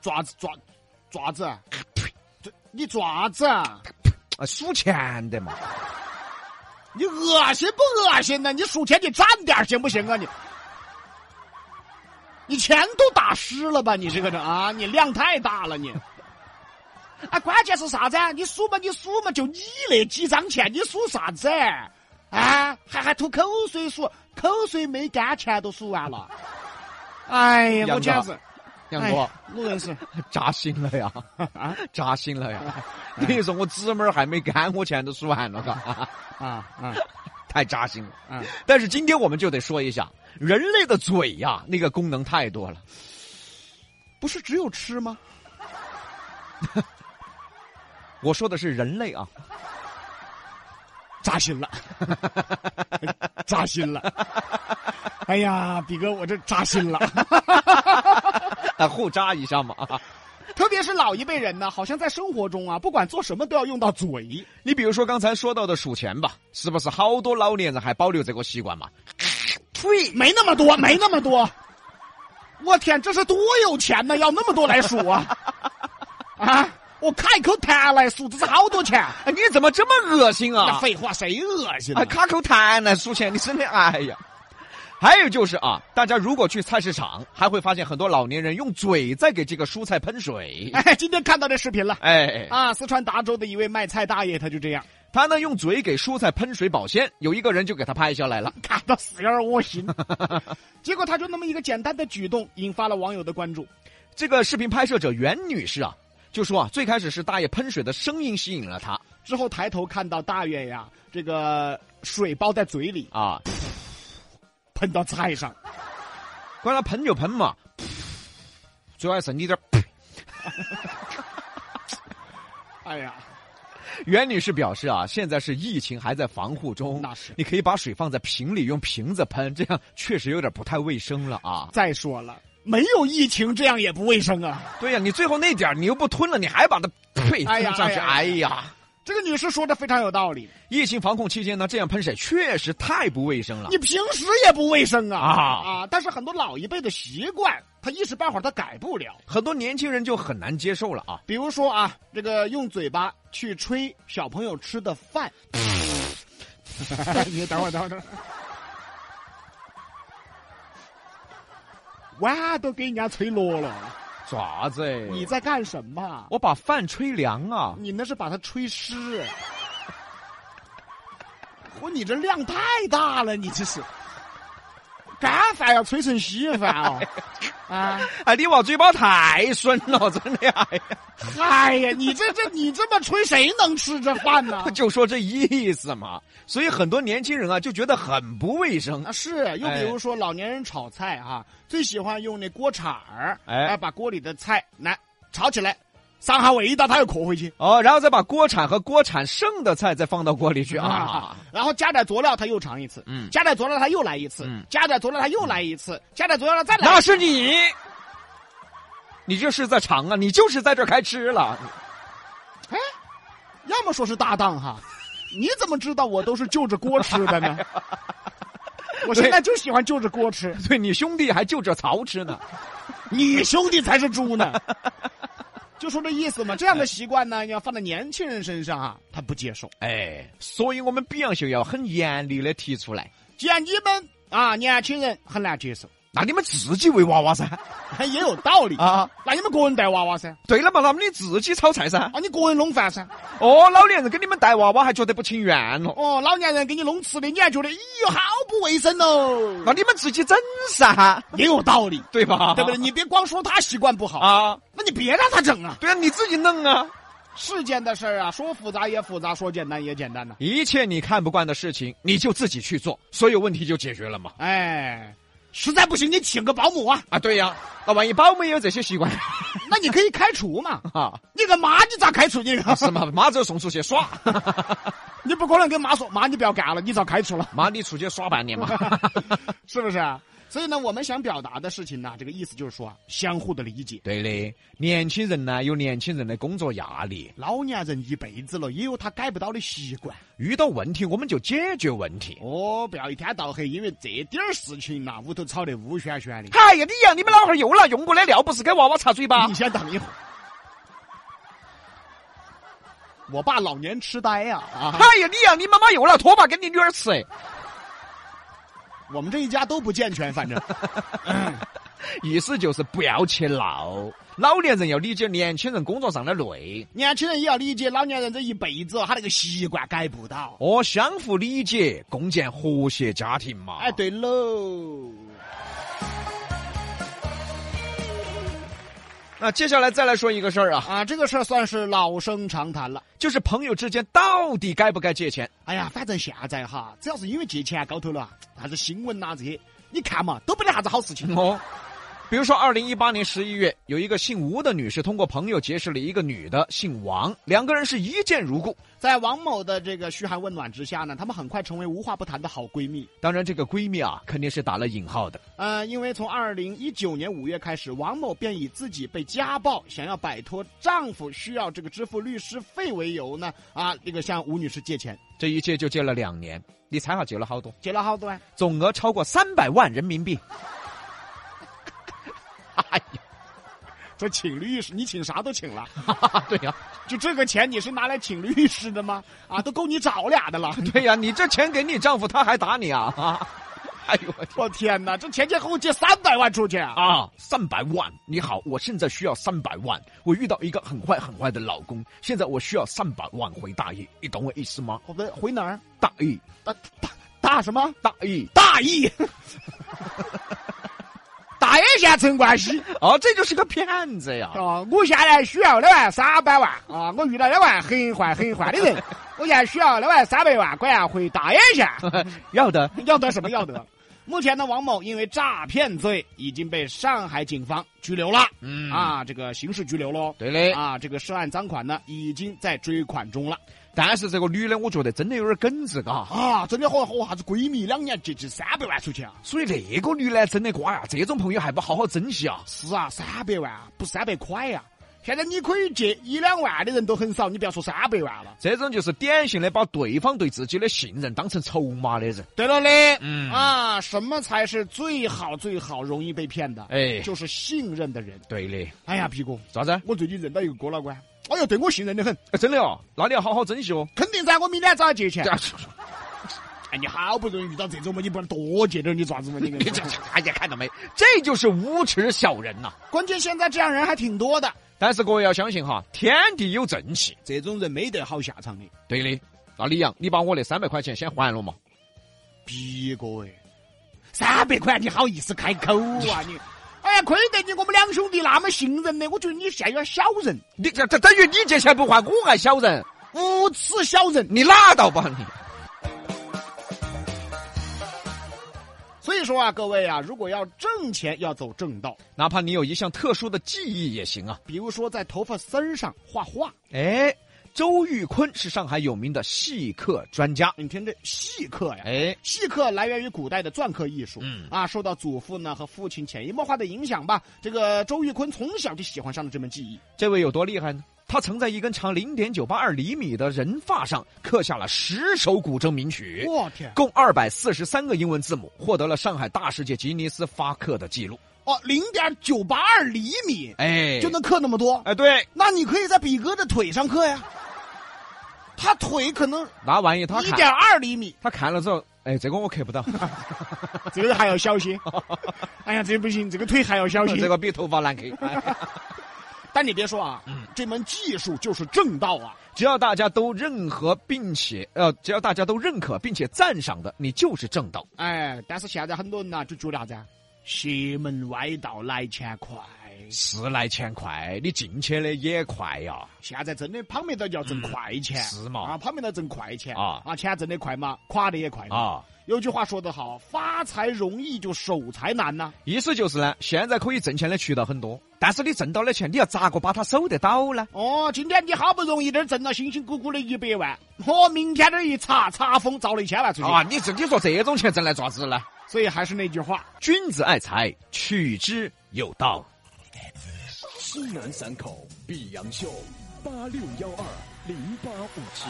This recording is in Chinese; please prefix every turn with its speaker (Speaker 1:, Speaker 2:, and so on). Speaker 1: 爪子爪爪子啊？这你爪子啊？
Speaker 2: 啊，数钱的嘛。
Speaker 1: 你恶心不恶心呢？你数钱你站点儿行不行啊？你你钱都打湿了吧？你这个人啊，你量太大了你。啊，关键是啥子啊？你数嘛，你数嘛，就你那几张钱，你数啥子啊？啊，还还吐口水数，口水没干，钱都数完了。哎呀，我
Speaker 2: 杨哥
Speaker 1: 简直，
Speaker 2: 杨
Speaker 1: 哎
Speaker 2: 哥，，
Speaker 1: 我认识。
Speaker 2: 扎心了呀！
Speaker 1: 啊
Speaker 2: 扎心了呀！你说我姊妹儿还没干，我钱都数完了，嘎，
Speaker 1: 啊啊
Speaker 2: 太扎心了。
Speaker 1: 啊！
Speaker 2: 但是今天我们就得说一下，人类的嘴呀、那个功能太多了。
Speaker 1: 不是只有吃吗？
Speaker 2: 我说的是人类啊，
Speaker 1: 扎心了， 扎心了。哎呀，比哥，我这扎心了。
Speaker 2: 啊，互扎一下嘛 啊！
Speaker 1: 特别是老一辈人呢，好像在生活中啊，不管做什么都要用到嘴。
Speaker 2: 你比如说刚才说到的数钱吧，是不是好多老年人还保留这个习惯嘛？
Speaker 1: 呸，没那么多，没那么多。我天，这是多有钱呢？要那么多来数 啊？啊！我开口痰来数，这是好多钱。
Speaker 2: 哎，你怎么这么恶心
Speaker 1: 那
Speaker 2: 啊？
Speaker 1: 废话，谁恶心呢
Speaker 2: 啊，？卡口痰来数钱，你真的哎呀！还有就是啊，大家如果去菜市场，还会发现很多老年人用嘴在给这个蔬菜喷水。
Speaker 1: 哎，今天看到这视频了
Speaker 2: 哎，
Speaker 1: 啊！四川达州的一位卖菜大爷，他就这样，
Speaker 2: 他呢用嘴给蔬菜喷水保鲜，有一个人就给他拍下来了。
Speaker 1: 看到死有点恶心。 结果他就那么一个简单的举动，引发了网友的关注。
Speaker 2: 这个视频拍摄者袁女士啊，就说啊，最开始是大爷喷水的声音吸引了她
Speaker 1: 之后抬头看到大爷呀，这个水包在嘴里，
Speaker 2: 啊，
Speaker 1: 喷到菜上。
Speaker 2: 管他喷就喷嘛，最好剩你点儿。
Speaker 1: 哎呀，
Speaker 2: 袁女士表示啊，现在是疫情还在防护中，
Speaker 1: 那是
Speaker 2: 你可以把水放在瓶里，用瓶子喷，这样确实有点不太卫生了 啊。
Speaker 1: 再说了，没有疫情这样也不卫生啊！
Speaker 2: 对呀、你最后那点儿你又不吞了，你还把它呸
Speaker 1: 哎
Speaker 2: 喷
Speaker 1: 呀
Speaker 2: 上去，
Speaker 1: 哎呀
Speaker 2: 哎呀！
Speaker 1: 这个女士说的非常有道理，
Speaker 2: 疫情防控期间呢，这样喷水确实太不卫生了。
Speaker 1: 你平时也不卫生啊
Speaker 2: 啊
Speaker 1: 但是很多老一辈的习惯，他一时半会儿他改不了。
Speaker 2: 很多年轻人就很难接受了啊。
Speaker 1: 比如说啊，这个用嘴巴去吹小朋友吃的饭。 你等会儿，等会儿， 等会儿。碗都给人家吹落了，
Speaker 2: 爪子，哎
Speaker 1: 你在干什么？
Speaker 2: 我把饭吹凉啊！
Speaker 1: 你那是把它吹湿。嚯，你这量太大了，你这是干饭要吹成稀饭哦！啊，
Speaker 2: 哎，你娃嘴巴太损了，真的哎呀！
Speaker 1: 嗨呀，你这这你这么吹，谁能吃这饭呢？
Speaker 2: 就说这意思嘛。所以很多年轻人啊，就觉得很不卫生
Speaker 1: 啊，。是，
Speaker 2: 哎
Speaker 1: 又比如说老年人炒菜哈、最喜欢用那锅铲儿，
Speaker 2: 哎
Speaker 1: 啊，把锅里的菜来炒起来，上下味道，它又咳回去
Speaker 2: 哦，然后再把锅铲和锅铲剩的菜再放到锅里去啊。，
Speaker 1: 然后加点佐料，它又尝一次，
Speaker 2: 嗯
Speaker 1: 加点佐料，它又来一次，
Speaker 2: 嗯
Speaker 1: 加点佐料，它又来一次，加点佐料，再来一次
Speaker 2: 那是你，你这是在尝啊，你就是在这儿开吃了。
Speaker 1: 要么说是搭档哈，你怎么知道我都是就着锅吃的呢？我现在就喜欢就着锅吃，
Speaker 2: 对你兄弟还就着槽吃呢。
Speaker 1: 你兄弟才是猪 呢。就说这意思嘛，这样的习惯呢，要放在年轻人身上啊，他不接受。
Speaker 2: 哎，所以我们必要秀要很严厉的提出来。
Speaker 1: 既然你们啊年轻人很难接受，
Speaker 2: 那你们自己喂娃娃噻
Speaker 1: 也有道理。
Speaker 2: 啊！
Speaker 1: 那你们个人带娃娃噻，
Speaker 2: 对了嘛，那么你自己炒菜噻。
Speaker 1: 啊，你个人弄饭噻。
Speaker 2: 哦，老年人给你们带娃娃还觉得不情愿了，
Speaker 1: 哦，老年人给你弄吃的，你还觉得，咦哟，好不卫生哦
Speaker 2: 那。你们自己整噻，
Speaker 1: 也有道理，
Speaker 2: 对吧？
Speaker 1: 对不对？你别光说他习惯不好，
Speaker 2: 啊，
Speaker 1: 那你别让他整啊。
Speaker 2: 对啊，你自己弄啊。
Speaker 1: 世间的事儿啊，说复杂也复杂，说简单也简单呐、
Speaker 2: 一切你看不惯的事情，你就自己去做，所有问题就解决了嘛。
Speaker 1: 哎，实在不行你请个保姆啊，
Speaker 2: 啊，对呀、那万一保姆也有这些习惯
Speaker 1: 那你可以开除嘛。
Speaker 2: 啊，
Speaker 1: 你个妈，你咋开除你 个？
Speaker 2: 是嘛？妈就送出去耍，
Speaker 1: 你不可能跟妈说，妈你不要干了，你遭开除了，
Speaker 2: 妈你出去耍半年嘛。
Speaker 1: 是不是啊？所以呢，我们想表达的事情呢，这个意思就是说啊，相互的理解。
Speaker 2: 对的，年轻人呢有年轻人的工作压力，
Speaker 1: 老年人一辈子了，也有他改不到的习惯。
Speaker 2: 遇到问题我们就解决问题。
Speaker 1: 哦，不要一天到黑因为这点儿事情呐、屋头吵得乌旋旋的。
Speaker 2: 哎呀，你呀，你们老汉儿又拿用过的尿不是给娃娃擦嘴巴
Speaker 1: 你？先等一会儿。我爸老年痴呆呀啊！
Speaker 2: 哎呀，你呀，你妈妈又拿拖把给你女儿吃，
Speaker 1: 我们这一家都不健全，反正嗯
Speaker 2: 意思就是不要去闹。老年人要理解年轻人工作上的累，
Speaker 1: 年轻人也要理解老年人这一辈子他那个习惯改不到。
Speaker 2: 哦，相互理解，共建和谐家庭嘛。
Speaker 1: 哎，，对喽，
Speaker 2: 那接下来再来说一个事儿啊，
Speaker 1: 啊，这个事儿算是老生常谈了。
Speaker 2: 就是朋友之间到底该不该借钱？
Speaker 1: 哎呀，反正现在哈，只要是因为借钱高头了啊，啥子新闻呐、这些，你看嘛，都不得啥子好事情。
Speaker 2: 哦，比如说，二零一八年十一月，有一个姓吴的女士通过朋友结识了一个女的，姓王，两个人是一见如故。
Speaker 1: 在王某的这个嘘寒问暖之下呢，她们很快成为无话不谈的好闺蜜。
Speaker 2: 当然，这个闺蜜啊，肯定是打了引号的。
Speaker 1: 呃，因为从二零一九年五月开始，王某便以自己被家暴，想要摆脱丈夫需要这个支付律师费为由呢，啊，这个向吴女士借钱，
Speaker 2: 这一借就借了两年，你猜下借了好多？
Speaker 1: 借了好多啊。
Speaker 2: 总额超过三百万人民币。哎
Speaker 1: 这请律师，你请啥都请了，
Speaker 2: 呀，啊对呀、
Speaker 1: 就这个钱你是拿来请律师的吗？啊，都够你找俩的了。
Speaker 2: 对呀、你这钱给你丈夫，他还打你啊！ 啊哎呦我天
Speaker 1: 我天哪，这前前后后借三百万出去啊！
Speaker 2: 啊，三百万！你好，我现在需要三百万。我遇到一个很坏很坏的老公，现在我需要三百万回大义，你懂我意思吗？
Speaker 1: 我们回哪儿？
Speaker 2: 大义，
Speaker 1: 大大大什么？
Speaker 2: 大义
Speaker 1: 大 义，大义县陈冠希。
Speaker 2: 啊，这就是个骗子呀！
Speaker 1: 啊，我现在需要两万三百万啊！我遇到两万很坏很坏的人，我现在需要两万三百万，管要回大冶县，
Speaker 2: 要的，
Speaker 1: 要得什么要得？目前呢，王某因为诈骗罪已经被上海警方拘留了，
Speaker 2: 嗯啊，
Speaker 1: 啊，这个刑事拘留喽。
Speaker 2: 对嘞。
Speaker 1: 啊，这个涉案赃款呢已经在追款中了
Speaker 2: 但是这个女的，我觉得真的有点耿直嘎。
Speaker 1: 啊！真的和和啥子闺蜜两年借借三百万出去啊？
Speaker 2: 所以那个女的真的瓜呀，这种朋友还不好好珍惜啊！
Speaker 1: 是啊，三百万啊不三百块呀、现在你可以借一两万的人都很少，你不要说三百万了。
Speaker 2: 这种就是典型的把对方对自己的信任当成筹码的人。
Speaker 1: 对了嘞，
Speaker 2: 嗯
Speaker 1: 啊，什么才是最好最好容易被骗的？
Speaker 2: 哎，
Speaker 1: 就是信任的人。
Speaker 2: 对的，
Speaker 1: 哎呀，皮哥，
Speaker 2: 啥子？
Speaker 1: 我最近认到一个哥老倌，哎呦，对我信任的很，
Speaker 2: 哎真的哦，那你要好好珍惜哦。
Speaker 1: 肯定噻，我明天找他借钱。
Speaker 2: 你
Speaker 1: 哎，你好不容易遇到这种嘛，你不能多借点儿，你爪子嘛？你 跟
Speaker 2: 这这，哎呀，看到没？这就是无耻小人呐、
Speaker 1: 关键现在这样人还挺多的，
Speaker 2: 但是各位要相信哈，天地有正气。
Speaker 1: 这种人没得好下场的。
Speaker 2: 对的，那李阳，你把我那三百块钱先还了嘛？
Speaker 1: 皮哥哎，三百块你好意思开口啊你？ 哎呀，亏得你我们两兄弟那么信任的，我觉得你现在有点小人，
Speaker 2: 你这这等于你借钱不还，我还小人，
Speaker 1: 无耻小人。
Speaker 2: 你拉倒吧你！
Speaker 1: 所以说啊，各位啊，如果要挣钱，要走正道，
Speaker 2: 哪怕你有一项特殊的技艺也行啊。
Speaker 1: 比如说在头发丝儿上画画。
Speaker 2: 哎，周玉坤是上海有名的戏客专家。
Speaker 1: 你听这细刻呀，
Speaker 2: 哎，
Speaker 1: 细刻来源于古代的篆刻艺术。
Speaker 2: 嗯
Speaker 1: 啊，受到祖父呢和父亲潜移默化的影响吧，这个周玉坤从小就喜欢上了这门技艺。
Speaker 2: 这位有多厉害呢？他曾在一根长零点九八二厘米的人发上刻下了十首古筝名曲，
Speaker 1: 我天！
Speaker 2: 共二百四十三个英文字母，获得了上海大世界吉尼斯发刻的记录。
Speaker 1: 哦，零点九八二厘米
Speaker 2: 哎
Speaker 1: 就能刻那么多，
Speaker 2: 哎，对，
Speaker 1: 那你可以在比哥的腿上刻呀。他腿可能
Speaker 2: 那玩意他
Speaker 1: 一
Speaker 2: 看
Speaker 1: 点二厘米，
Speaker 2: 他看了之后，哎，这个我刻 不到，
Speaker 1: 这个还要小 心。哎呀，这不行，这个腿还要小心。
Speaker 2: 这个比头发难 刻。哎
Speaker 1: 但你别说啊，这门技术就是正道啊。
Speaker 2: 只要大家都认可，并且呃，只要大家都认可并且赞赏的，你就是正道。
Speaker 1: 哎，但是现在很多人呐、就觉得啥子啊？邪门歪道来钱快，
Speaker 2: 是来钱快，你进去的也快呀、
Speaker 1: 现在真的旁边的要挣快钱，
Speaker 2: 是嘛
Speaker 1: 嗯啊，旁边的挣快钱
Speaker 2: 啊
Speaker 1: 啊，钱挣得快嘛，垮的也快嘛。
Speaker 2: 啊！
Speaker 1: 有句话说得好，发财容易就守财难呐、
Speaker 2: 意思就是呢，现在可以挣钱的渠道很多，但是你挣到的钱，你要咋个把它守得到呢？
Speaker 1: 哦，今天你好不容易这儿挣了辛辛苦苦的一百万，哦，明天这儿一查查封，遭了一千万出去。
Speaker 2: 啊，你自己说这种钱挣来爪子呢？
Speaker 1: 所以还是那句话，
Speaker 2: 君子爱财，取之有道。
Speaker 3: 西南散口碧阳秀八六幺二零八五七。